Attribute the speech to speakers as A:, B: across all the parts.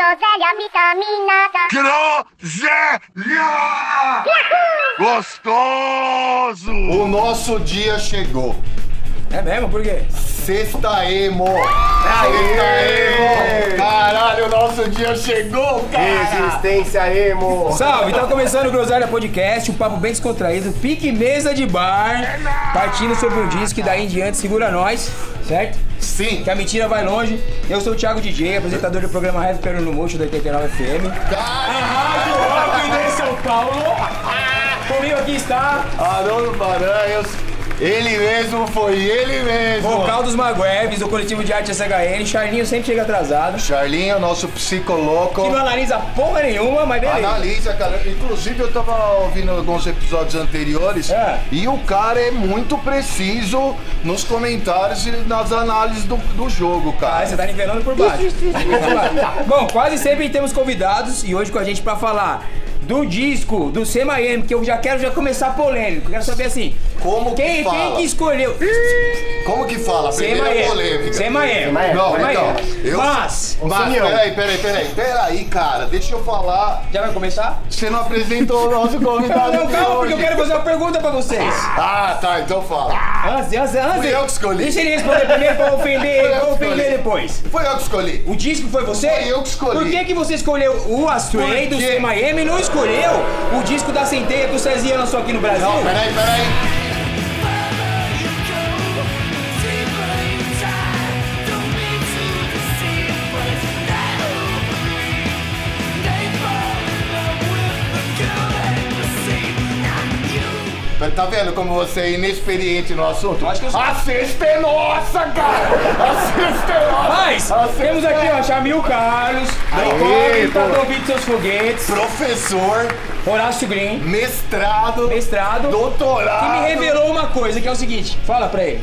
A: Groselha vitaminada.
B: Groselha! Gostoso!
C: O nosso dia chegou.
D: É mesmo? Por quê?
C: Sexta emo! Sexta emo! Caralho, o nosso dia chegou, cara!
E: Existência emo.
D: Salve, tá começando o Groselha Podcast, um papo bem descontraído, pique mesa de bar, partindo sobre um disco que daí em diante segura nós, certo?
C: Sim!
D: Que a mentira vai longe. Eu sou o Thiago DJ, apresentador do programa Heavy Peru no Multi, da 89 FM.
C: Caralho!
D: Rádio Rock de São Paulo. Comigo aqui está
C: Haroldo Baranhos, ele mesmo foi ele mesmo!
D: vocal dos Maguebs, do coletivo de arte SHN. Charlinho sempre chega atrasado,
C: Charlinho, é nosso psicoloco.
D: que não analisa porra nenhuma, mas beleza.
C: Analisa, cara. Inclusive, eu tava ouvindo alguns episódios anteriores
D: É.
C: e o cara é muito preciso nos comentários e nas análises do, do jogo,
D: Ah,
C: cara.
D: você tá nivelando por baixo. Tá. Bom, quase sempre temos convidados e hoje com a gente pra falar do disco do Semaem, que eu já quero já começar polêmico. Eu Quero saber assim,
C: Como que
D: quem,
C: fala?
D: quem que escolheu
C: Como que fala? Primeira
D: Semaem?
C: polêmica.
D: Semaem.
E: Semaem.
C: Não,
D: Semaem.
C: então, eu-
D: Mas
C: Mas,
E: Opinião.
C: peraí, peraí, peraí, peraí, cara, deixa eu falar.
D: já vai começar?
C: Você não apresentou o nosso
D: Não,
C: convidado.
D: não,
C: de
D: calma, porque
C: hoje.
D: eu quero fazer uma pergunta pra vocês.
C: Ah, tá, então fala.
D: Antes, antes, antes.
C: Fui eu que escolhi.
D: Deixa ele responder primeiro pra
C: Foi
D: ofender,
C: eu
D: pra
C: que
D: ofender
C: escolhi.
D: depois.
C: Foi eu que escolhi.
D: O disco foi você?
C: Foi eu que escolhi.
D: Por que, que você escolheu o Astray
C: Por
D: do
C: quê?
D: Semaem e não escolheu o disco da Centeia que o Cezinha lançou aqui no Brasil?
C: Não, peraí, peraí. Mas Tá vendo como você é inexperiente no assunto?
D: Acho que eu sou.
C: A sexta é nossa, cara! A sexta é nossa!
D: Mas
C: A sexta
D: temos aqui, ó, Jamil Carlos,
C: Aê,
D: Incógnita,
C: pô.
D: Convite Seus Foguetes,
C: Professor,
D: Horácio Green,
C: mestrado,
D: mestrado, que
C: doutorado.
D: me revelou uma coisa, que é o seguinte, fala pra ele,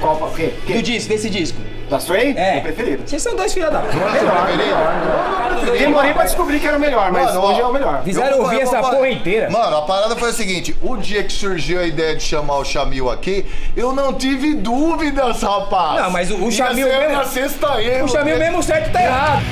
E: Copa, o quê? O
D: do
E: quê?
D: disco, desse disco.
E: Da Stray?
D: É.
E: Meu preferido.
D: Vocês são dois filha da...
C: Nossa, preferido.
E: Demorei pra descobrir que era o melhor, mas
C: tá Mano, ó.
E: hoje é o melhor.
D: Fizeram
C: Eu-
D: ouvir
C: eu-
D: essa
C: eu-
D: porra inteira.
C: Mano, a parada foi a seguinte: o dia que surgiu a ideia de chamar o Chamil aqui, eu não tive dúvidas, rapaz.
D: Não, mas o- o
C: Ia
D: Chamil
C: ser
D: mesmo-
C: na sexta né? eu.
D: O Jamil mesmo certo tá errado.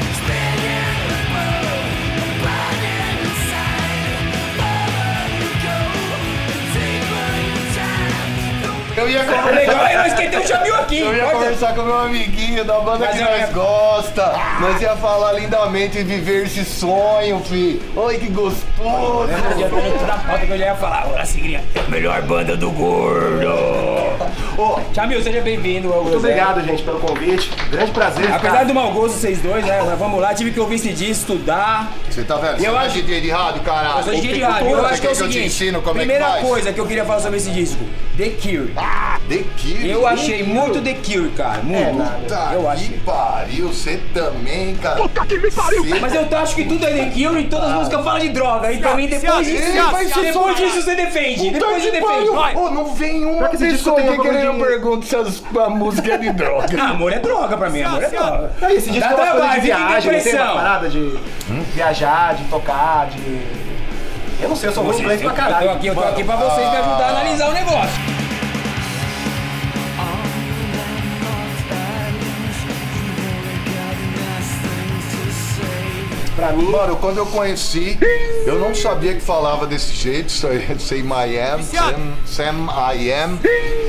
C: Eu ia
D: O
C: conversar.
D: legal é nós que tem o Jamil aqui.
C: Eu ia
D: Pode-
C: conversar com meu amiguinho da banda
D: Mas
C: que
D: eu
C: nós
D: ia-
C: gosta. Nós ia falar lindamente e viver esse sonho, fi. Oi, que gostoso.
D: Já tá dentro da pauta que eu já ia falar, Horácio Green, melhor banda do gordo.
C: Ô,
D: Jamil, seja bem-vindo ao
E: Muito
C: É.
E: obrigado, gente, pelo convite. Grande prazer.
D: Apesar do mau gosto vocês dois, né, mas vamos lá, tive que ouvir esse disco, estudar.
C: você tá vendo? Você
D: Eu
C: não é
D: acho-
C: DJ de rádio, caralho.
D: Eu sou DJ de rádio, eu
C: Você
D: acho que é o
C: quer Eu te
D: seguinte,
C: ensino como
D: primeira
C: é que faz? Ah,
D: coisa que eu queria falar sobre esse disco, The Cure.
C: De que
D: Eu achei muito The Cure, cara,
C: É,
D: muito.
C: Puta
D: eu
C: que
D: achei.
C: pariu, você também, cara. Puta que me pariu!
D: Mas eu acho que tudo é The Cure e todas as músicas falam de droga. então E também depois
C: se-
D: disso,
C: se-
D: depois
C: se-
D: depois
C: se-
D: disso você defende. Depois você
C: que
D: defende.
C: pariu!
D: Vai.
C: Ô, não vem uma
E: Será que esse disco
C: pessoa
E: tem
C: que
E: alguma
C: querendo
E: de-
C: pergunta se as- a música é de droga.
D: Ah, amor é droga pra mim, amor é droga.
E: Não, esse disco
D: Dá
E: é uma coisa
D: trabalho,
E: de
D: fica em
E: viagem, não tem uma
D: depressão.
E: parada de viajar, de tocar, de... Eu não sei, eu sou muito grande pra
D: Eu tô
E: caralho.
D: tá aqui, eu tô aqui pra vocês me ajudar a analisar o negócio.
E: Pra mim,
C: Mano, quando eu conheci, eu não sabia que falava desse jeito, sei, sei I am, Sam, Sam I am.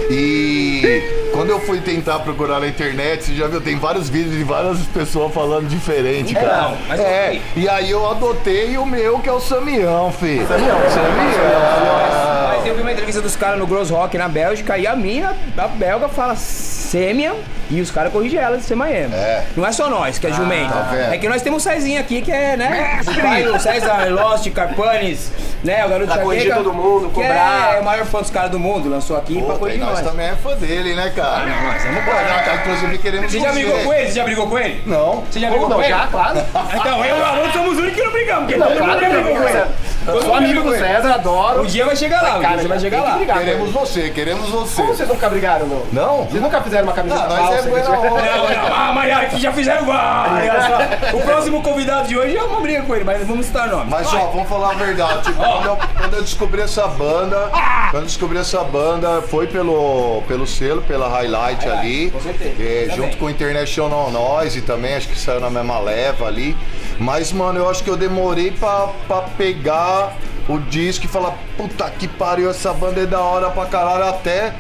C: E quando eu fui tentar procurar na internet, você já viu, tem vários vídeos de várias pessoas falando diferente, cara.
D: Então, mas eu
C: é,
D: sei.
C: e aí eu adotei o meu, que é o Samião, fi.
E: Samião.
C: Samião.
D: Mas eu vi uma entrevista dos caras no Gross Rock na Bélgica e a mina da belga fala sêmia e os caras corrigem ela de semaem.
C: É.
D: Não é só nós que é jumento.
C: vendo?
D: é que nós temos o Cezinha aqui que é, né? O pai do César, Lost, Carpanes, né? O garoto
E: Pra
D: Jaqueca,
E: corrigir todo mundo,
D: que
E: cobrar.
D: É, é o maior fã dos caras do mundo, lançou aqui pra
C: Pô, e
D: corrigir
C: nós
D: nós. tá
C: também é fã dele, né, cara?
D: nós é muito bom.
C: Caraca, inclusive queremos Então,
D: Você já brigou com ele? Você já brigou com ele?
C: Não.
D: Você já
E: ou
D: brigou
E: não,
D: com ele?
E: já, claro.
D: Então, eu e o Aluno somos os únicos que não brigamos, porque
E: Não,
D: todo mundo
E: claro
D: já
E: que
D: brigou com ele.
E: não. Sou amigo do César, adoro.
D: Um dia vai chegar lá, um dia
E: Cara,
D: você vai chegar
C: é
D: lá.
C: Queremos você, queremos você.
E: Como vocês nunca brigaram, meu?
C: Não?
E: Vocês nunca fizeram uma camiseta
C: Ah, nós
E: falsa?
C: é
E: que
C: buena
E: tiver-
C: onda.
D: Não, não, ah, mas aqui já fizeram várias. O próximo convidado de hoje é uma briga com ele, mas vamos citar nome.
C: Mas ó, vamos falar a verdade. Tipo, quando, eu, quando eu descobri essa banda, quando eu descobri essa banda, foi pelo, pelo selo, pela Highlight ali.
D: com
C: É,
D: certeza. Também.
C: junto com o International Noise também, acho que saiu na mesma leva ali. Mas, mano, eu acho que eu demorei pra, pra pegar o disco e falar, puta que pariu, essa banda é da hora pra caralho até.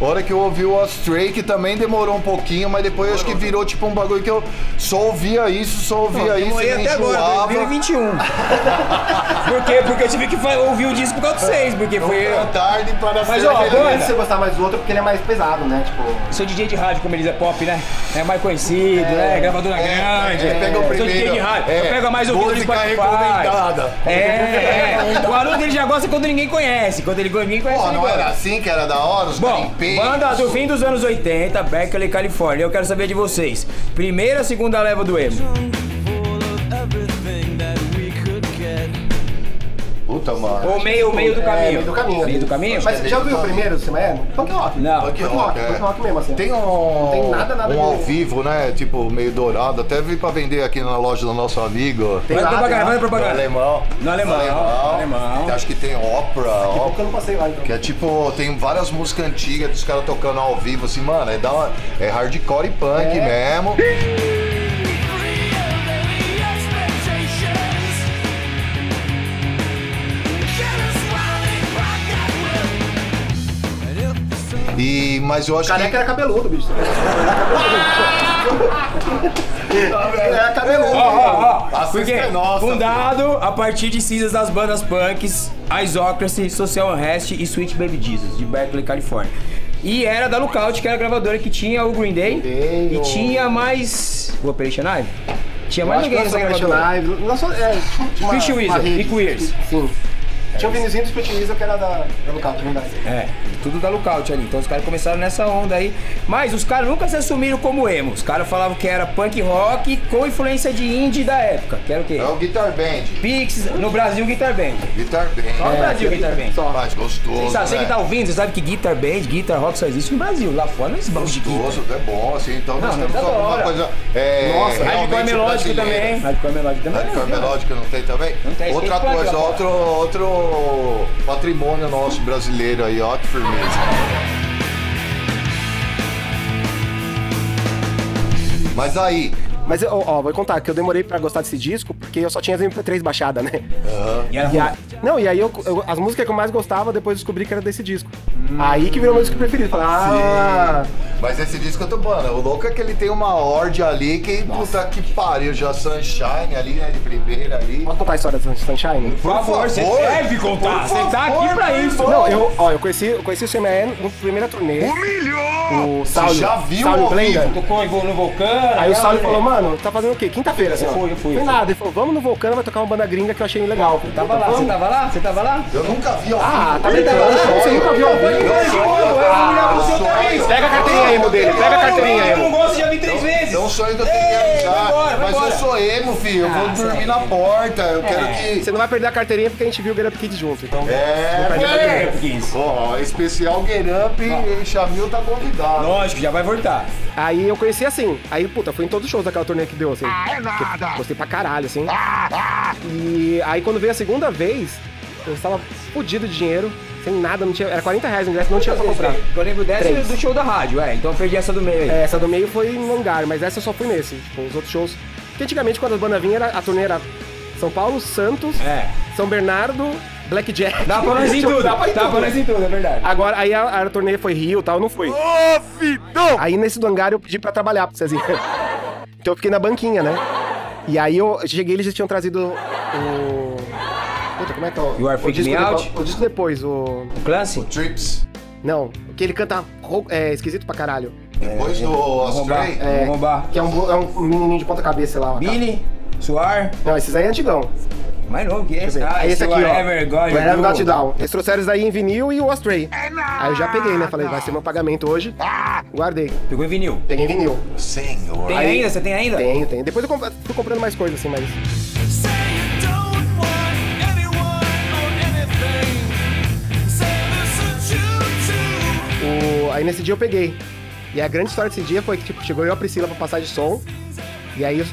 C: a Hora que eu ouvi o Astray, que também demorou um pouquinho, mas depois eu acho que
D: né?
C: virou tipo um bagulho que eu só ouvia isso, só ouvia isso,
D: Demorei
C: me
D: até agora,
C: enjoava.
D: 2021. Por quê? Porque eu tive que fa- ouvir o disco por causa de vocês, porque foi
C: Boa
E: é.
D: eu.
C: tarde para
D: Mas,
C: ser
D: ó,
C: feliz.
D: agora-
E: Antes de você gostar mais do outro, porque ele é mais pesado, né? Tipo,
D: Sou DJ de rádio, como eles é pop, né? É mais conhecido, né? Gravadora grande.
C: é, pega o
D: Sou DJ
C: primeiro,
D: de rádio.
C: é,
D: eu pego a mais ouvida do
C: música
D: Spotify.
C: recomendada.
D: É, é. O aluno dele já gosta quando ninguém conhece. Quando ele ninguém conhece,
C: Pô,
D: ele
C: não
D: gosta.
C: era assim que era da hora? Os
D: Bom,
C: garimpeiros,
D: banda do fim dos anos 80, Berkeley, Califórnia. Eu quero saber de vocês. Primeira, segunda leva do emo.
C: Puta, mano.
D: Ou meio, meio do
E: é,
D: caminho.
E: meio do caminho.
D: Meio do caminho?
E: Mas já ouviu o primeiro, você é? Punk rock.
D: Não.
E: Punk rock,
C: é.
E: punk rock mesmo, assim.
C: Tem um,
E: tem nada, nada
C: um
E: de-
C: ao vivo, né? Tipo, meio dourado. Até vi pra vender aqui na loja do nosso amigo.
E: Tem né?
D: Manda
E: lá,
D: propaganda,
E: tem
D: manda
E: lá.
C: No
D: propaganda.
C: alemão.
D: No alemão, no alemão.
C: Acho que tem ópera.
E: Bom,
C: ópera.
E: que eu não passei lá, então.
C: Que é tipo, tem várias músicas antigas dos caras tocando ao vivo, assim, mano, é, da, hora- é hardcore e punk
E: É.
C: mesmo. E, mas eu acho
E: Careca
C: que.
E: era cabeludo, bicho.
C: Tá
E: Era É, cabeludo.
D: Ó, ó, ó.
C: A
D: Porque
C: cesta é nossa,
D: fundado a partir de cinzas das bandas punks, Isocracy, Social Unrest e Sweet Baby Jesus, de Berkeley, Califórnia. E era da Lookout, que era a gravadora que tinha o Green Day.
E: Day,
D: e
E: o-
D: tinha mais. O Operation Live? Tinha mais
E: Acho que
D: ninguém nessa
E: lançou Crash
D: gravadora.
E: Live. Lançou, é, tinha uma-
D: Fish
E: uma
D: Wizard
E: rede.
D: e Queers.
E: Sim. Tinha o Vinizinho do Split Wizard, que era da, da Lookout, verdade.
D: É, tudo da Lookout ali. Então os caras começaram nessa onda aí. Mas os caras nunca se assumiram como emo. Os caras falavam que era punk rock com influência de indie da época. Que era o quê?
C: É o Guitar Band.
D: Pixies, no Brasil, Guitar Band.
C: Guitar
D: Só no
C: Band.
D: Brasil, Guitar Band.
C: É, mais
D: Você
C: gostoso.
D: sabe, você
C: né?
D: que tá ouvindo, você sabe que Guitar Band, Guitar Rock só existe no Brasil. Lá fora não esbão de guitar.
C: Gostoso, é bom, assim, então nós
D: Não,
C: temos
D: tá da
C: alguma
D: hora.
C: coisa. É,
D: Nossa, hardcore
C: realmente
D: melódico
C: brasileira.
D: também. Hardcore melódico também.
C: Hardcore melódico não tem também?
D: Não tem,
C: Outra
D: tem que
C: coisa,
D: fazer,
C: outro, outro patrimônio nosso brasileiro aí, ó, que firmeza. Mas aí,
E: Mas, ó, ó, vou contar que eu demorei pra gostar desse disco, porque eu só tinha as MP3 baixadas, né?
D: E era
E: E
D: ruim.
E: a- não, e aí eu, eu- as músicas que eu mais gostava, depois descobri que era desse disco.
D: Hum.
E: Aí que virou meu disco preferido. Falei, ah,
C: mas esse disco eu tô, mano, o louco é que ele tem uma ordem ali que, puta que pariu, já Sunshine ali, né, de primeira ali.
E: posso contar a história do Sunshine?
D: Por favor, você deve contar.
C: por
D: Você tá
C: favor,
D: aqui pra
C: por
D: isso.
C: favor.
E: Não, eu, ó, eu conheci, eu conheci o CMN no primeira turnê.
D: Um
C: Humilhou!
E: O
C: Você
E: Saulo,
C: já viu
E: Saulo
C: ao
E: Blender?
C: vivo?
D: Tocou em vo- no Vulcano.
E: Aí o
D: aquela
E: Saulo
D: mulher.
E: falou, mano, tá fazendo o quê? Quinta-feira, assim, ó.
D: fui, eu fui, eu
E: Foi
D: fui.
E: nada. Ele falou, vamos no Vulcano, vai tocar uma banda gringa que eu achei legal. "Tá Eu
D: Tava lá, você tava lá? Você tava lá?
C: Eu nunca vi ao
E: Ah,
C: vivo.
E: tá brincando. Você nunca viu ao vivo? Ah, Pega a carteirinha aí, meu dele. Pega a carteirinha aí,
D: Eu não
E: meu.
D: gosto, já vi três vezes.
C: Então o sonho que eu tenho que
D: Ei, vai
C: avisar.
D: embora, vai
C: mas
D: embora.
C: eu sou emo, filho. Eu vou dormir na porta. Eu quero que.
E: Ah, É. Você não vai perder a carteirinha porque a gente viu o Get Up Kid junto. Então,
C: É,
D: É, porque isso.
C: Ó, especial Get Up e Chamil tá convidado.
D: Lógico, já vai voltar.
E: Aí eu conheci assim. Aí, puta, fui em todos os shows daquela turnê que deu, assim.
C: É nada.
E: Gostei pra caralho, assim.
D: Ah,
E: E aí quando veio a segunda vez, eu estava fudido de dinheiro, sem nada, não tinha. Era 40 reais o ingresso, não tinha pra comprar.
D: Eu lembro dessa e
E: Três.
D: do show da rádio, é. Então eu perdi essa do meio aí.
E: É, Essa do meio foi no hangar, mas essa eu só fui nesse. Tipo, os outros shows. Porque antigamente quando as bandas vinham, era- a turnê era São Paulo, Santos,
D: É.
E: São Bernardo, Blackjack.
D: Dá pra nós em
E: Tipo,
D: tudo.
E: Dá pra ir tudo.
D: nós em Oh! tudo, é verdade.
E: Agora, aí a, a turnê foi Rio e tal, eu não fui. Aí nesse do hangar eu pedi pra trabalhar pro Cezinha. Então eu fiquei na banquinha, né? E aí eu cheguei, eles já tinham trazido o. Puta, como é que é o.
D: You Are
E: o
D: Freaking
E: disco
D: Me
E: depois-
D: Out?
E: O disco depois, o.
D: Clancy?
C: Trips.
E: Não, que ele canta ro- é, esquisito pra caralho.
C: Depois do Astray.
D: Vamos roubar.
E: Que é um, é um menininho de ponta-cabeça, sei lá. uma cara.
D: Billy, Suar,
E: Não, esses aí é antigão.
D: mais novo que Ah, esse. é
E: Aí esse aqui, ó.
D: Ever God,
E: Wherever Got You Down. Eles trouxeram isso daí em vinil e o Astray. Aí eu já peguei, né? Falei, vai ser meu pagamento hoje. Guardei.
D: Pegou em vinil.
E: Peguei em vinil.
C: Senhor.
D: Tem
E: Aí-
D: ainda? Você tem ainda?
E: Tenho, tenho. Depois eu comp- fui comprando mais coisas, assim, mas...
B: Say you don't want anyone
E: O- Aí nesse dia eu peguei. E a grande história desse dia foi que, tipo, chegou eu e a Priscila pra passar de som. E aí, eu,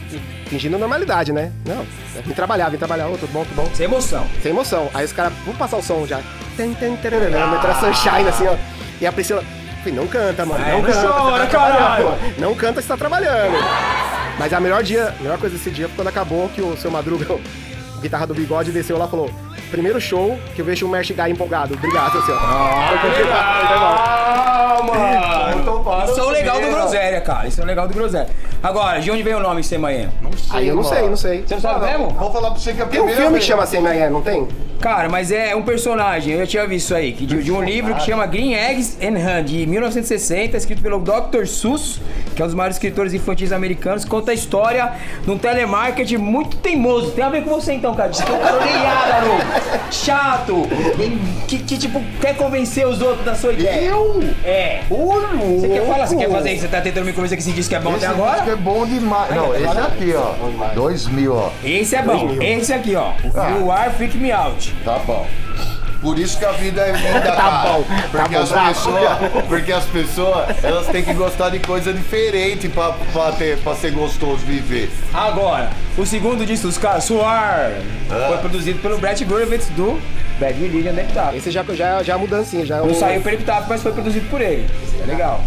E: fingindo normalidade, né? Não, vim trabalhar, vim trabalhar. Ô, tudo bom, tudo bom.
D: Sem emoção.
E: Sem emoção. Aí os caras, vamos passar o som já. Tan, tan, tararana, Metrô
D: Ah.
E: Sunshine, assim, ó. E a Priscila, falei, não canta, mano.
D: É,
E: Não
D: não
E: canta.
D: chora,
E: você tá trabalhando,
D: caralho.
E: pô. Não canta, você tá trabalhando. Mas a melhor dia, a melhor coisa desse dia foi quando acabou que o seu Madruga, o guitarra do bigode, desceu lá e falou. Primeiro show que eu vejo um Merch Guy empolgado. Obrigado, seu.
D: Ah,
C: mano!
D: Isso é o legal do Groselha, cara. Isso é o legal do Groselha. Agora, de onde vem o nome Semaien?
C: Não sei,
E: Aí eu não
C: mano.
E: sei, não sei.
D: Você não sabe mesmo?
C: Vou falar pra você que é a
E: Tem um
C: primeira
E: filme
C: vez.
E: que chama assim, né? Não tem?
D: Cara, mas é um personagem, eu já tinha visto isso aí, que de, de um livro que chama Green Eggs and Ham, de 1960, escrito pelo Dr. Seuss, que é um dos maiores escritores infantis americanos, conta a história de um telemarketing muito teimoso. Tem a ver com você então, cara. Você é um cara orelhado, garoto. chato, que, que, tipo quer convencer os outros da sua ideia.
C: Eu?
D: É.
C: Ô, louco!
D: Você quer falar? Você quer fazer isso? Você tá tentando me convencer que esse disco é bom
C: Esse
D: até agora?
C: disco é bom demais. Não, esse aqui, ó. 2000, ó.
D: Esse é bom. Esse aqui, ó. You Are Freak Me Out.
C: Tá bom. Por isso que a vida é linda,
E: Tá
C: cara.
E: bom, tá
C: Porque
E: bom,
C: as
E: tá
C: pessoas, porque as pessoas, elas têm que gostar de coisa diferente pra, pra, ter, pra ser gostoso viver.
D: Agora, o segundo disco dos caras, Suar, foi produzido pelo Brett Gurevitz do Bad Religion da Epitaph.
E: Esse já, já, já é a mudancinha, já é
D: Não
E: o-
D: saiu pelo Epitaph, mas foi produzido por ele. Isso é legal.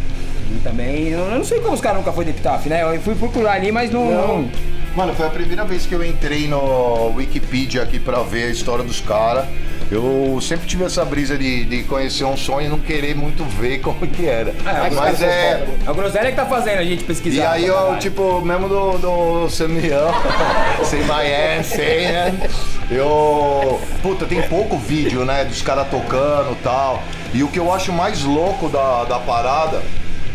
D: E também, eu eu não sei como os caras nunca foram do Epitaph, né? Eu fui procurar ali, mas não... não-
C: Mano, foi a primeira vez que eu entrei no Wikipedia aqui pra ver a história dos caras. Eu sempre tive essa brisa de, de conhecer um sonho e não querer muito ver como que era.
D: Ah,
C: Mas é.
D: É o Groselha que tá fazendo a gente
C: E
D: pesquisar.
C: aí,
D: pra
C: eu,
D: caralho.
C: tipo, mesmo do, do Semião, sem Maien, sem, né? Eu. Puta, tem pouco vídeo, né? Dos caras tocando e tal. E o que eu acho mais louco da, da parada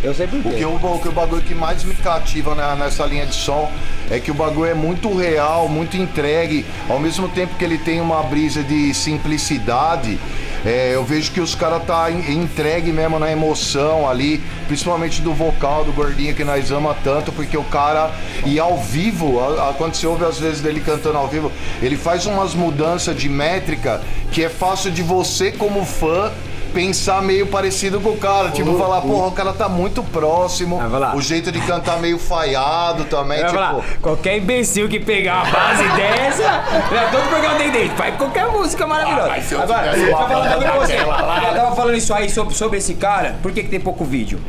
D: Eu sempre
C: o que,
D: entendo.
C: eu, o que o bagulho que mais me cativa na- nessa linha de som é que o bagulho é muito real, muito entregue. Ao mesmo tempo que ele tem uma brisa de simplicidade, é, eu vejo que os caras tá en- entregue mesmo na emoção ali, principalmente do vocal do gordinho que nós ama tanto, porque o cara e ao vivo, a- a- quando você ouve às vezes dele cantando ao vivo, ele faz umas mudanças de métrica que é fácil de você como fã pensar meio parecido com o cara, tipo falar, porra, o cara tá muito próximo.
D: Ah, vai lá. É,
C: O jeito de cantar meio falhado também,
D: Vai
C: tipo,
D: falar, qualquer imbecil que pegar uma base dessa, já todo programa tem dente, vai qualquer música maravilhosa.
C: Ah, mas se eu
D: Agora,
C: tivesse
D: eu
C: uma
D: tava falando
C: banda
D: pra você, eu
C: daquela lá-
D: tava falando isso aí sobre, sobre esse cara, por que, que tem pouco vídeo?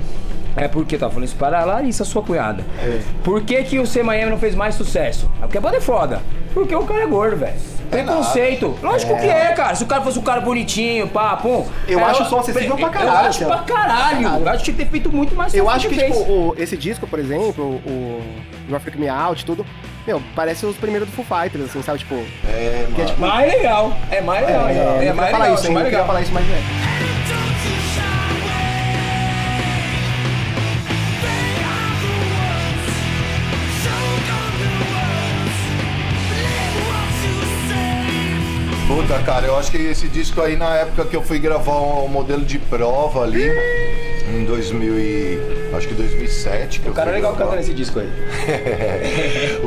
D: É porque eu tava falando isso para a Larissa, sua cunhada. Por que, que o C Miami não fez mais sucesso? É porque a banda é foda. Porque o cara é gordo, velho. Preconceito. Lógico que é, cara. Se o cara fosse um cara bonitinho, pá, pum.
E: Eu
D: é,
E: acho o som acessível pra
D: Eu
E: caralho,
D: acho
E: cara.
D: pra caralho. Eu acho que tinha que ter feito muito mais
E: Eu
D: sucesso
E: acho que,
D: fez.
E: tipo, o- esse disco, por exemplo, o o Africa Me Out, tudo, meu, parece os primeiros do Foo Fighters, assim, sabe? Tipo,
C: é, mano.
D: Mais legal. É mais legal. É,
E: eu não
D: mais
E: queria falar
D: legal.
E: isso,
D: acho mais
E: hein? Não queria
D: legal.
E: falar isso, mas é.
C: Puta, cara, eu acho que esse disco aí na época que eu fui gravar um modelo de prova ali, em 2000 e... acho que 2007 que
D: O cara é legal cantando esse disco aí.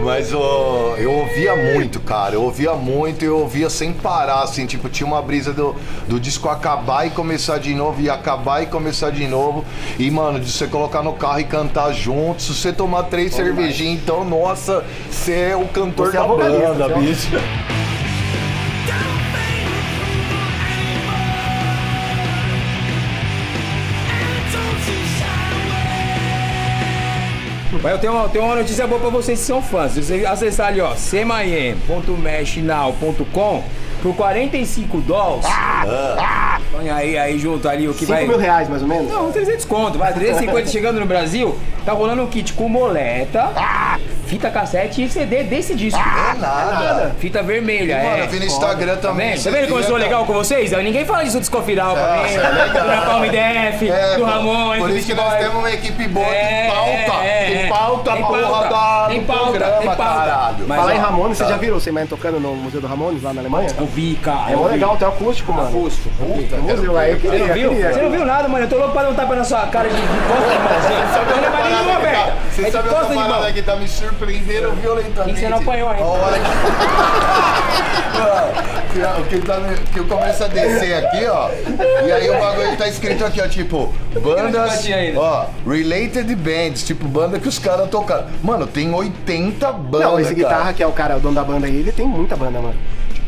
C: Mas ó, eu ouvia muito, cara. Eu ouvia muito e eu ouvia sem parar, assim. Tipo, tinha uma brisa do, do disco acabar e começar de novo, e acabar e começar de novo. E, mano, de você colocar no carro e cantar junto. Se você tomar três cervejinhas, então, nossa, você é o cantor
E: Você é
C: da
E: vocalista,
C: banda,
E: você é o-
C: bicho.
D: Mas eu tenho uma, eu tenho uma notícia boa pra vocês que são fãs. Se você acessar ali, ó, cmaem.meshnow.com por 45 dólares. Põe aí, aí junto ali o que
E: 5
D: vai.
E: Ah, mil reais, mais ou menos?
D: Não, 300 conto, vai. 350 chegando no Brasil, tá rolando um kit com moleta,
E: Ah.
D: fita cassete e CD desse disco.
C: É nada.
D: Fita vermelha,
C: Mano,
D: é.
C: eu vi no Instagram
D: Tá
C: também.
D: vendo? Tá vendo como eu sou legal com vocês? Aí Ninguém fala disso do Scofiral pra mim.
C: Nossa, é legal.
D: Do Napalm Def,
C: É,
D: do
C: pô,
D: Ramones,
C: Por
D: do
C: isso que
D: Beach
C: nós
D: Boys.
C: temos uma equipe boa
D: É,
C: de pauta.
D: é, é.
C: tem pauta
D: Tem
C: pra porra
D: pauta,
C: da,
D: tem
C: do
D: pauta,
C: programa,
D: tem pauta.
C: caralho.
D: Mas-
E: Falar em
D: ó, tá.
E: Ramones, você já virou o Seymour tocando no Museu do Ramones, lá na Alemanha?
D: Eu vi, cara.
E: É
D: eu
E: mó
D: vi.
E: legal, tem acústico, mano.
D: Acústico.
E: Puta, Museu, aí eu
D: Você
E: queria,
D: não viu?
E: queria.
D: Você não viu nada, mano. Eu tô louco pra dar um tapa na sua cara de de costa de mão. assim. Você não
C: Sabe
D: leva
C: outra
D: nenhuma,
C: parada que tá-
D: velho.
C: Você
D: É
C: sabe
D: de
C: outra
D: costa de mão.
C: parada que tá me prenderam violentamente.
D: E você não apanhou ainda.
C: A hora que... Não, que, que, tá, que eu começo a descer aqui, ó. E aí o bagulho tá escrito aqui, ó, tipo, bandas.
D: bati ainda?
C: Ó, related bands, tipo, banda que os caras tocaram. Mano, tem 80 bandas.
E: Não, esse
C: cara.
E: guitarra que é o cara, o dono da banda aí, ele tem muita banda, mano.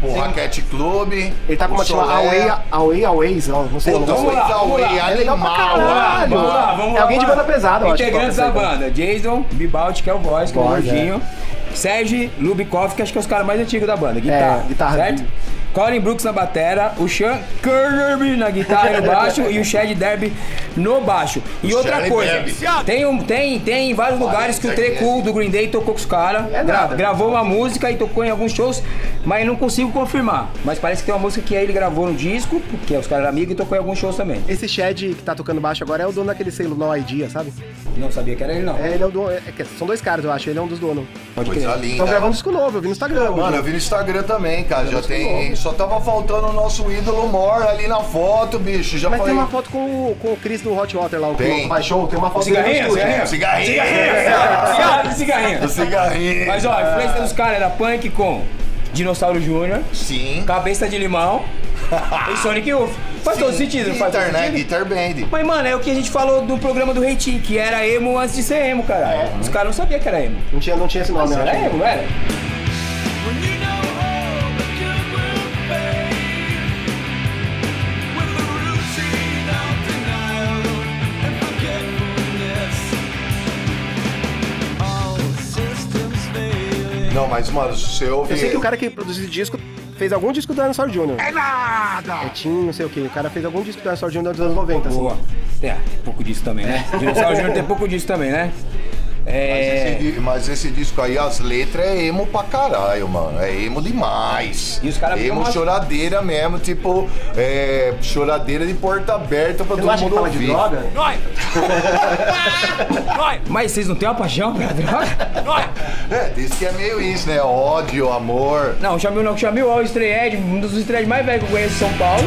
C: O Raquete Club.
E: Ele tá com
C: o
E: uma chama Away,
D: é-
C: Solé.
E: Away, Aways, ó, não sei o
C: Puta,
E: nome.
D: Vamos lá, vamos lá.
C: Away,
E: É legal pra caralho.
C: animal.
D: Vamos lá, vamos lá.
E: É alguém de
D: vamos lá.
E: banda pesada, eu acho,
D: Integrantes
E: toca
D: da
E: essa
D: banda. Jason, Bibaldi, que é o voz, que é o
E: então. Voz,
D: gordinho. Sérgio Lubikoff, que acho que é os caras mais antigos da banda. Guitarra,
E: É, guitarra.
D: certo? Colin Brooks na batera, o Sean Kirby na guitarra e no baixo e o Chad Derby no baixo. E outra
C: Shad
D: coisa,
C: Derby.
D: tem, um, tem, tem em vários lugares que o Trecu do Green Day tocou com os caras,
E: É nada.
D: gravou uma música e tocou em alguns shows, mas não consigo confirmar. Mas parece que tem uma música que ele gravou no disco, porque os caras eram amigos, e tocou em alguns shows também.
E: Esse Chad que tá tocando baixo agora é o dono daquele selo No Idea, sabe?
D: Não sabia que era ele, não.
E: É, ele é o dono. é que são dois caras, eu acho. Ele é um dos donos.
D: Pode
C: Coisa
D: crer.
E: Estão
C: linda.
E: gravando disco novo, eu vi no Instagram.
C: Mano,
E: hoje.
C: eu vi no Instagram também, cara. Já
E: Nossa,
C: tem. Só tava faltando o nosso ídolo Mor ali na foto, bicho. Já
E: Mas
C: falei.
E: tem uma foto com, o- com o Chris do Hot Water lá, o
C: Tem.
E: que faz show, tem uma foto
D: Cigarrinha,
E: dele no estúdio.
D: cigarrinha.
C: Cigarrinho.
D: Cigarrinho, cigarrinho.
C: O cigarrinho.
D: Mas ó, a influência dos caras era punk com Dinossauro Júnior,
C: Sim.
D: Cabeça de Limão e Sonic Youth. Faz todo
C: Sim.
D: sentido, não faz todo
C: Guitar, né?
D: sentido?
C: Guitar Band.
D: Mas, mano, é o que a gente falou do programa do Reitinho, que era emo antes de ser emo, cara. Os caras não sabiam que era emo.
E: Não tinha, não tinha esse nome,
D: Mas
E: eu
D: era
E: acho.
D: emo, era.
C: Não, mas, mano, se você ouve.
E: Eu sei que o cara que produziu esse disco fez algum disco do Dinosaur Jr. É nada! É Tim, não sei o quê. O cara fez algum disco do Dinosaur Jr. dos anos 90, assim.
D: Boa. Tem, ah, tem pouco disso também, né? Dinossauro Júnior tem pouco disso também, né?
C: Mas,
D: É.
C: esse, di- mas esse disco aí, as letras é emo pra caralho, mano. É emo demais.
D: E os cara
C: Emo
D: pegam uma-
C: choradeira mesmo, tipo, é, choradeira de porta aberta pra
E: Você não
C: todo
E: acha que
C: mundo
E: fala de
C: ouvir.
E: droga?
D: Mas vocês não têm uma paixão pela droga?
C: É, diz que é meio isso, né? Ódio, amor.
D: Não, o Chamil não, o Chamil é o estreed, um dos estreed mais velhos que eu conheço de São Paulo.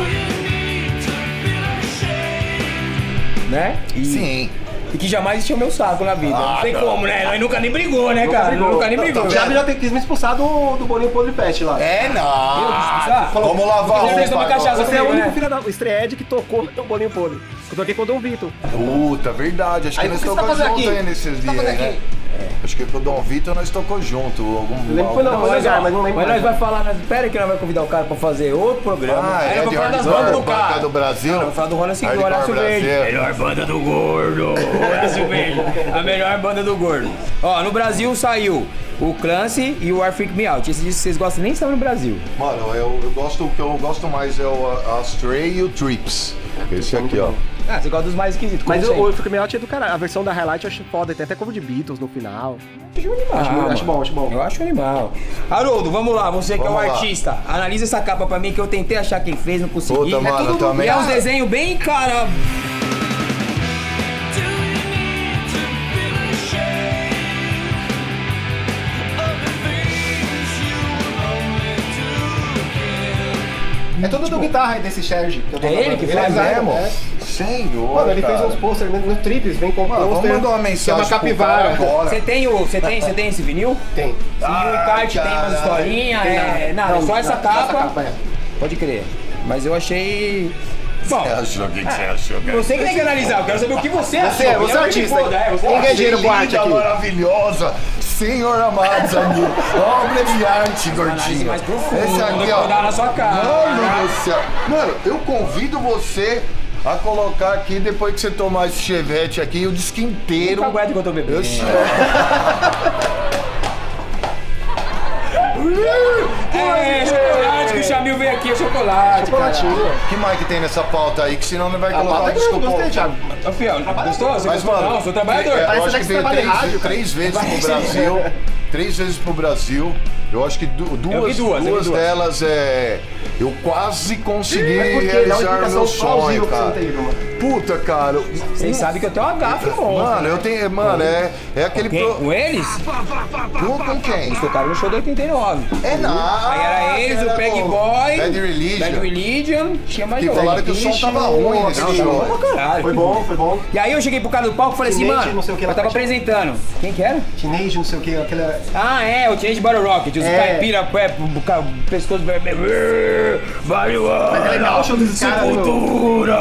D: Né? E,
C: Sim.
D: E que jamais encheu meu saco na vida.
C: Ah,
D: não tem
C: não.
D: como, né? Nós nunca nem brigou, né, cara? Nunca nem brigou.
E: O Javi já te- quis me expulsar do, do Bolinho Podre Pet lá.
C: É,
D: Eu quis
C: não.
E: tá.
D: expulsar?
C: Vamos lavar a
D: Vocês
C: roupa.
D: tomam
C: agora.
D: cachaça.
E: Você é o
D: comigo,
E: único
D: né?
E: filho da estreed que tocou no Bolinho Podre. Eu toquei com o Dom Vitor.
C: Puta, verdade. Acho que
E: Aí,
C: nós
E: o que você tá
C: tocamos
E: fazendo
C: junto
E: aqui?
C: aí nesses
E: O que você tá
C: dias,
E: fazendo
C: né? É, Acho que com o Dom Vitor nós tocou junto. Algum,
E: Eu lembro que foi na
C: algum-
E: Rua
D: Mas, ó,
E: Zagar, mas
D: mas,
E: não lembro.
D: nós
E: mais.
D: vai falar, nós, pera que nós vai convidar o cara pra fazer outro programa.
C: Ah,
D: Aí
C: é
D: nós vamos
C: de
D: falar das
C: Hardcore,
D: bandas do
C: banca
D: cara.
C: do Brasil.
D: Nós vamos falar do Horace Gordo,
C: Hardcore
D: Horácio Verde.
C: Brasil.
D: Melhor banda do gordo, Horácio Verde. A melhor banda do gordo. Ó, no Brasil saiu o Clancy e o War Freak Me Out. Esse disco que vocês gostam nem saiu no Brasil.
C: Mano, eu, eu gosto, o que eu gosto mais é o a- Astray e o Trips. Esse aqui, ó.
D: Ah, você gosta dos mais esquisitos.
E: Mas
D: como
E: eu, eu
D: sempre.
E: fico meio out do caralho. A versão da Highlight eu acho foda, tem até cover de Beatles no
D: Ah,
E: final. acho,
D: mano.
E: acho bom, acho bom.
D: Eu acho animal. Haroldo, vamos lá, você que é
C: Vamos
D: um
C: lá.
D: artista. Analisa essa capa pra mim que eu tentei achar quem fez, não consegui.
C: Puta,
D: é
C: mano,
D: tudo-
C: também-
D: E é um desenho bem, cara.
E: É todo do guitarra aí desse Sérgio. que eu tô
D: É ele
E: falando.
D: que faz
E: designa,
D: mesmo?
E: é.
C: Senhor,
E: Mano, ele
C: cara.
E: fez uns posters no no Trips, vem com
C: Mano, vamos
E: poster,
C: mandar uma
E: que
C: mensagem
E: É uma
C: pro cara
E: capivara.
C: agora.
D: Você tem o. Você tem, você tem esse vinil?
E: Tem. Ah,
D: Vinil e kart tem umas
C: caralho.
D: historinhas.
E: Tem
D: É,
E: nada.
D: não, é
E: Não,
D: só essa
E: não, só essa
D: capa.
E: capa, é.
D: Pode crer. Mas eu achei. Bom,
C: Você achou? O que que você achou, cara?
D: você que tem que analisar, eu quero saber o que você achou.
E: Ah, Você, você é
D: Eu
E: artista.
D: me foda,
C: né?
D: é, você é
E: Ninguém
D: artista.
E: dinheiro
C: um linda,
E: pro arte aqui.
C: maravilhosa, senhor amado, amigo. obra de arte,
D: Análise
C: gordinho.
D: mais profunda,
C: Esse aqui,
D: que
C: ó.
D: eu dar na sua cara.
C: Mano do céu. Mano, eu convido você a colocar aqui, depois que você tomar esse chevette aqui, o disco inteiro.
D: Nunca aguento que eu tô bebendo.
C: Eu sei.
D: É, chocolate que o Chamil veio aqui, é chocolate.
E: Chocolatinho.
C: que mais que tem nessa pauta aí, que senão não vai
E: A
C: colocar
E: pauta é
C: o disco
E: grande, gostei,
C: completo.
E: Thiago.
D: Ô, Fiel, gostou? Você
C: Mas,
D: gostou?
C: mano,
D: não, sou trabalhador.
C: é,
E: Parece
C: eu acho
E: que
C: que
E: você
C: veio
E: trabalha
C: três,
E: em rádio, cara.
C: três vezes
E: Parece-
C: pro Brasil. Três vezes pro Brasil. Eu acho que du-
D: Eu vi
C: duas,
D: duas, eu
C: duas,
D: vi duas.
C: delas é. Eu quase consegui
E: Mas por quê? Dá uma
C: realizar
E: explicação
C: meu sonho,
E: plausível que você não
C: cara.
E: teve, mano.
C: Puta, cara. um-
D: Vocês sabem que eu tenho uma gafa,
C: Mano, eu tenho. Mano, é, é aquele.
D: Quem?
C: Pro...
D: tá, Com eles?
C: Com, com quem?
D: Tocaram no show do 89.
C: É nada.
D: Aí era eles, o Peg Boy.
C: Bad Religion.
D: Bad Religion. Tinha mais
C: Que
D: alguém.
C: falaram que o som tava ruim né, nesse
D: Não, tava bom
C: show.
D: pra caralho.
E: Foi bom, foi bom.
D: E aí eu cheguei pro cara do palco e falei assim,
E: Chinês,
D: mano,
E: não sei o que lá
D: eu tava
E: faz.
D: apresentando. Quem que era?
E: Chinês, não sei o que, aquela.
D: Ah, é, o Teenage Battle Rocket, os
E: É.
D: caipira, pé, o ca- o pescoço vermelho. Valeu, Mas
E: é legal o show desses caras, meu.
D: Sepultura!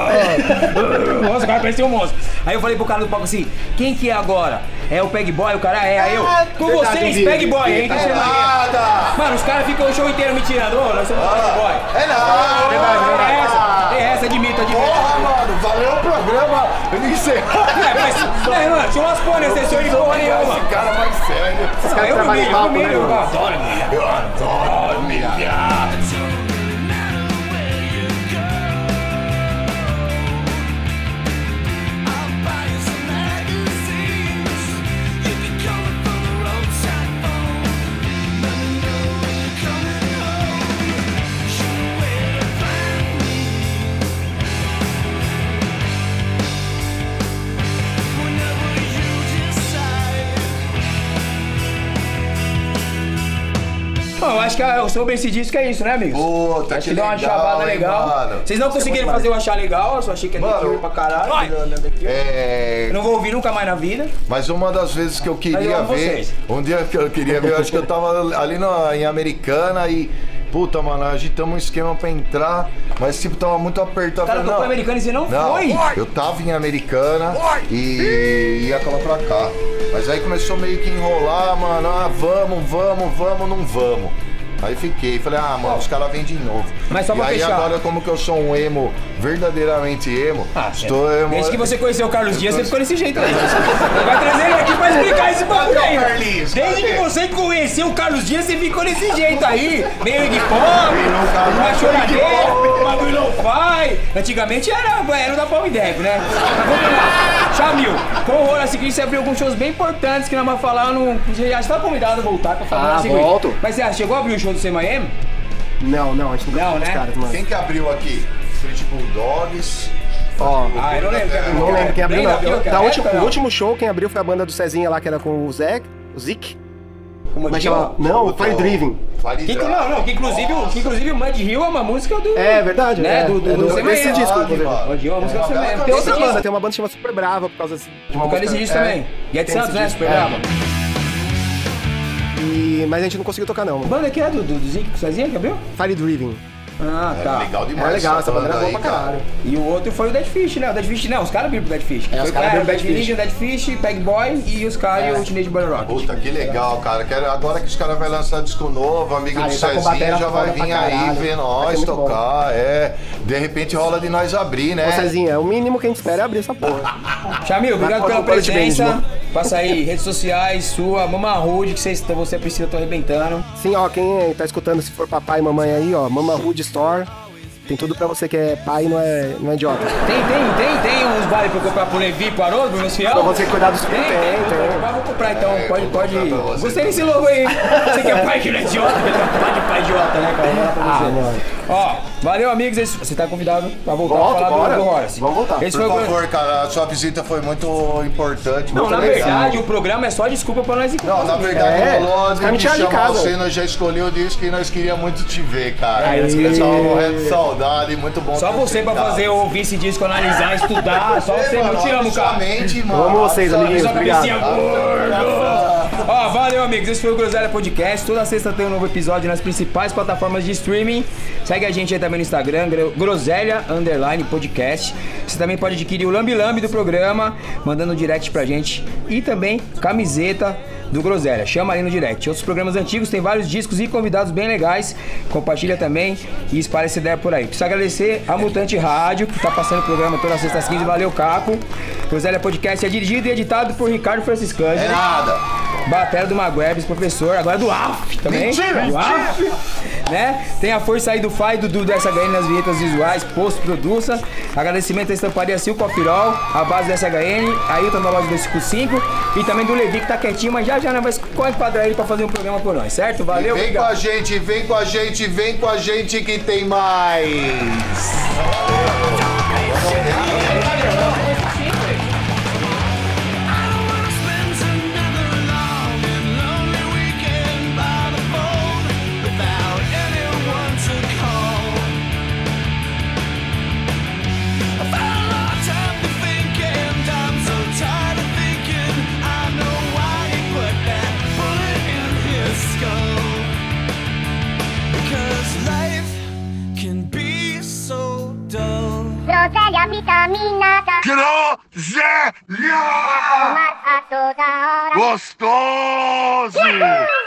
D: Nossa, o cara parecia um monstro. Aí eu falei pro cara do palco assim, quem que é agora? É o Peg Boy? O cara é, aí eu. Com
E: Ah, verdade, eu vi,
D: vocês,
E: eu
D: Peg
E: vi,
D: Boy,
E: vi,
D: hein?
E: tá
D: Não sei
E: lá. Ah,
D: mais quem.
C: Nada.
D: Mano, os caras ficam o show inteiro me tirando, ô, nós somos o Peg Boy.
C: É nada.
D: Tem essa, tem essa, admito, admito.
C: Porra, mano, valeu o programa. Ele encerrou.
D: É, mas, é, mano, tinha umas porra nesse show de porra nenhuma.
C: Esse cara mais sério.
D: Não, Eu
E: trabalham
D: humilho,
E: em
D: eu humilho,
E: palco, né, mano?
D: eu adoro.
C: Eu adoro humilhar.
D: Bom, eu acho que ah, sobre esse disco é isso, né, amigos?
C: Puta,
D: acho
C: que
D: que deu uma
C: legal,
D: chavada
C: hein,
D: legal.
C: mano. é
D: Vocês não conseguiram fazer eu achar legal, eu só achei que era
C: Mano,
D: daqui pra caralho.
C: vai. É,
D: Eu não vou ouvir nunca mais na vida.
C: mas uma das vezes que eu
D: Mas eu
C: queria
D: amo
C: ver,
D: vocês.
C: um dia que eu queria ver, eu acho que eu tava ali na, em Americana e, puta, mano, agitamos um esquema pra entrar, mas tipo, tava muito apertado.
D: O cara
C: Falei,
D: tocou
C: não,
D: americano e você não,
C: Não,
D: foi.
C: eu tava em Americana e ia colar pra cá. Mas aí começou meio que enrolar, mano. Ah, vamos, vamos, vamos, não vamos. Aí fiquei, falei, ah, mano, os caras vêm de novo.
D: Mas só
C: e
D: pra
C: aí
D: fechar.
C: agora, como que eu sou um emo, verdadeiramente emo,
D: Ah,
C: estou é emo.
D: Desde que você conheceu o Carlos Dias,
C: tô-
D: você ficou desse jeito aí. Você vai trazer ele aqui pra explicar esse bagulho aí.
C: Carlinhos?
D: Desde que
C: Cadê?
D: você conheceu o Carlos Dias, você ficou desse jeito aí. Meio
C: E não tá
D: uniforme, uma
C: mais
D: choradeira,
C: uniforme.
D: o bagulho não vai. Antigamente era, era o da Palme Deco, né? Mas vamos lá. Chamil, com o Rola Seguinte você abriu alguns shows bem importantes que nós vamos falar. Não, você já está convidado a voltar pra falar
E: Ah,
D: no seguinte.
E: volto.
D: Mas você chegou a abrir o show do CMM?
E: Não, não, a gente nunca
D: Não,
E: foi com os
D: né?
E: caras, mano.
C: Quem que abriu aqui? tipo, Street Bulldogs.
E: Ó,
D: Ah, eu não lembro. quem abriu.
E: não lembro quem abriu,
D: Bem
E: não.
D: daquela
E: Da
D: época,
E: última-
D: não.
E: o último show quem abriu foi a banda do Cezinha lá, que era com o Zé, o Zic.
D: Como
E: Mas
D: chama?
E: é chama... Não, o Fire Driven.
C: Fire
D: Que,
C: Driven.
D: não, não, que inclusive, o- que inclusive o Mud Hill é uma música do.
E: É, verdade,
D: Né?
E: é.
D: do, do,
E: É
D: do,
E: do-
D: Sam
E: desse
D: Maia.
E: disco,
C: inclusive.
D: Mud Hill é uma música do
C: É uma
D: Sam Maia.
C: bela
D: Tem outra
E: Essa
C: Esse
E: banda
D: banda.
E: tem uma banda que chama Super Brava por causa desse- de uma
D: O cara
E: música-
D: existe
E: é.
D: também. E é de
E: Tem esse
D: Santos, né?
E: disco.
D: Super
E: É.
D: Brava.
E: E... Mas a gente não conseguiu tocar, não. mano.
D: Banda que é do, do, do Zico Sozinha que abriu?
E: Fire Driven.
D: Ah,
C: É
D: tá.
C: legal
E: É
C: demais.
E: legal, essa banda era boa
C: aí,
E: pra
C: cara.
E: caralho.
D: E o outro foi o Dead Fish, né? O Dead Fish não, os caras viram pro Dead Fish.
E: os
D: Foi
E: caras
D: cara,
E: abriram pro Dead
D: Religion, Dead Fish, Peg Boy e os caras e o Teenage Battle Rock.
C: Puta, que legal, cara. Quero, agora que os caras vão lançar disco novo, amigo
E: Ah,
C: do
E: ele tá com
C: Cezinha
E: batera
C: já vai
E: foda pra
C: vir aí
E: caralho.
C: ver
E: Vai
C: nós
E: ser muito bom.
C: tocar. É. De repente rola de nós abrir, né?
E: Ô, Cezinha, é o mínimo que a gente espera é abrir essa porra.
D: Chamil, obrigado
E: Mas
D: pela
E: qual é o de bens,
D: presença.
E: mano?
D: Passa aí, redes sociais, sua, Mama Rude, que vocês, você e a Priscila estão arrebentando.
E: Sim, ó, quem tá escutando, se for papai e mamãe aí, ó, Mama Hood Store. Tem tudo pra você que é pai e não é, não é idiota.
D: Tem, tem, tem, tem uns vale pra eu comprar pro Levi, pro Haroldo, pro meus fiel?
E: Pra você cuidar dos
D: Tem, tem,
E: tem.
D: Vou comprar então,
C: É,
D: pode,
C: vou
D: pode.
C: comprar pra você.
D: Gostei desse logo aí. Você que é pai que não é idiota, é pai de pai idiota, né, cara? Vou falar pra
E: Ah,
D: você.
E: mano.
D: Ó, valeu, amigos. Esse- Você tá convidado pra voltar
E: Volto,
D: pra falar
E: bora.
D: do, do Horace.
E: Vamos voltar.
D: Esse
C: Por
D: foi o-
C: favor, cara, a sua visita foi muito importante.
D: Não,
C: muito
D: na
C: legal.
D: verdade, o programa é só desculpa pra nós encontrar.
C: Não, na verdade,
E: É,
C: rolou
E: os caras
C: de
E: me tiraram de
C: chamar
E: casa.
C: você, nós já escolheu o disco e nós queríamos muito te ver, cara.
D: Aí.
C: Eu tava um morrendo de saudade, muito bom.
D: Só
C: ter
D: você pra
C: convidado.
D: fazer ouvir esse disco, analisar,
E: Ah,
D: estudar. Só você,
C: mano,
D: não te amo, cara.
C: obviamente, mano.
E: Eu amo vocês, amiguinhos.
D: Só
E: Obrigado.
D: camisinha gordo. Ó, valeu, amigos. Esse foi o Groselha Podcast. Toda sexta tem um novo episódio nas principais plataformas de streaming. Segue a gente aí também no Instagram, gro- Groselha Underline Podcast. Você também pode adquirir o Lambi Lambi do programa, mandando um direct pra gente. E também camiseta do Groselha. Chama ali no direct. Outros programas antigos tem vários discos e convidados bem legais. Compartilha também e espalha essa ideia por aí. Preciso agradecer a Mutante Rádio, que tá passando o programa todas as sextas 15. Valeu, Caco. Groselha Podcast é dirigido e editado por Ricardo Franciscani.
C: É nada.
D: Batera do Maguebes, professor, agora é do AF também.
C: Mentira,
D: do AF, né? Tem a força aí do Fai, do Dudu SHN nas vinhetas visuais, posto, produça. Agradecimento à estamparia Silco Afirol, a base da SHN, Ailton da loja 255 e também do Levi que tá quietinho, mas já já não vai corre pra ele pra fazer um programa por nós, certo? Valeu,
C: vem com a gente, vem com a gente, vem com a gente que tem mais.
D: obrigado.
A: や見たみんなが
B: Groselha!
A: またどうだろう
B: Gostoso!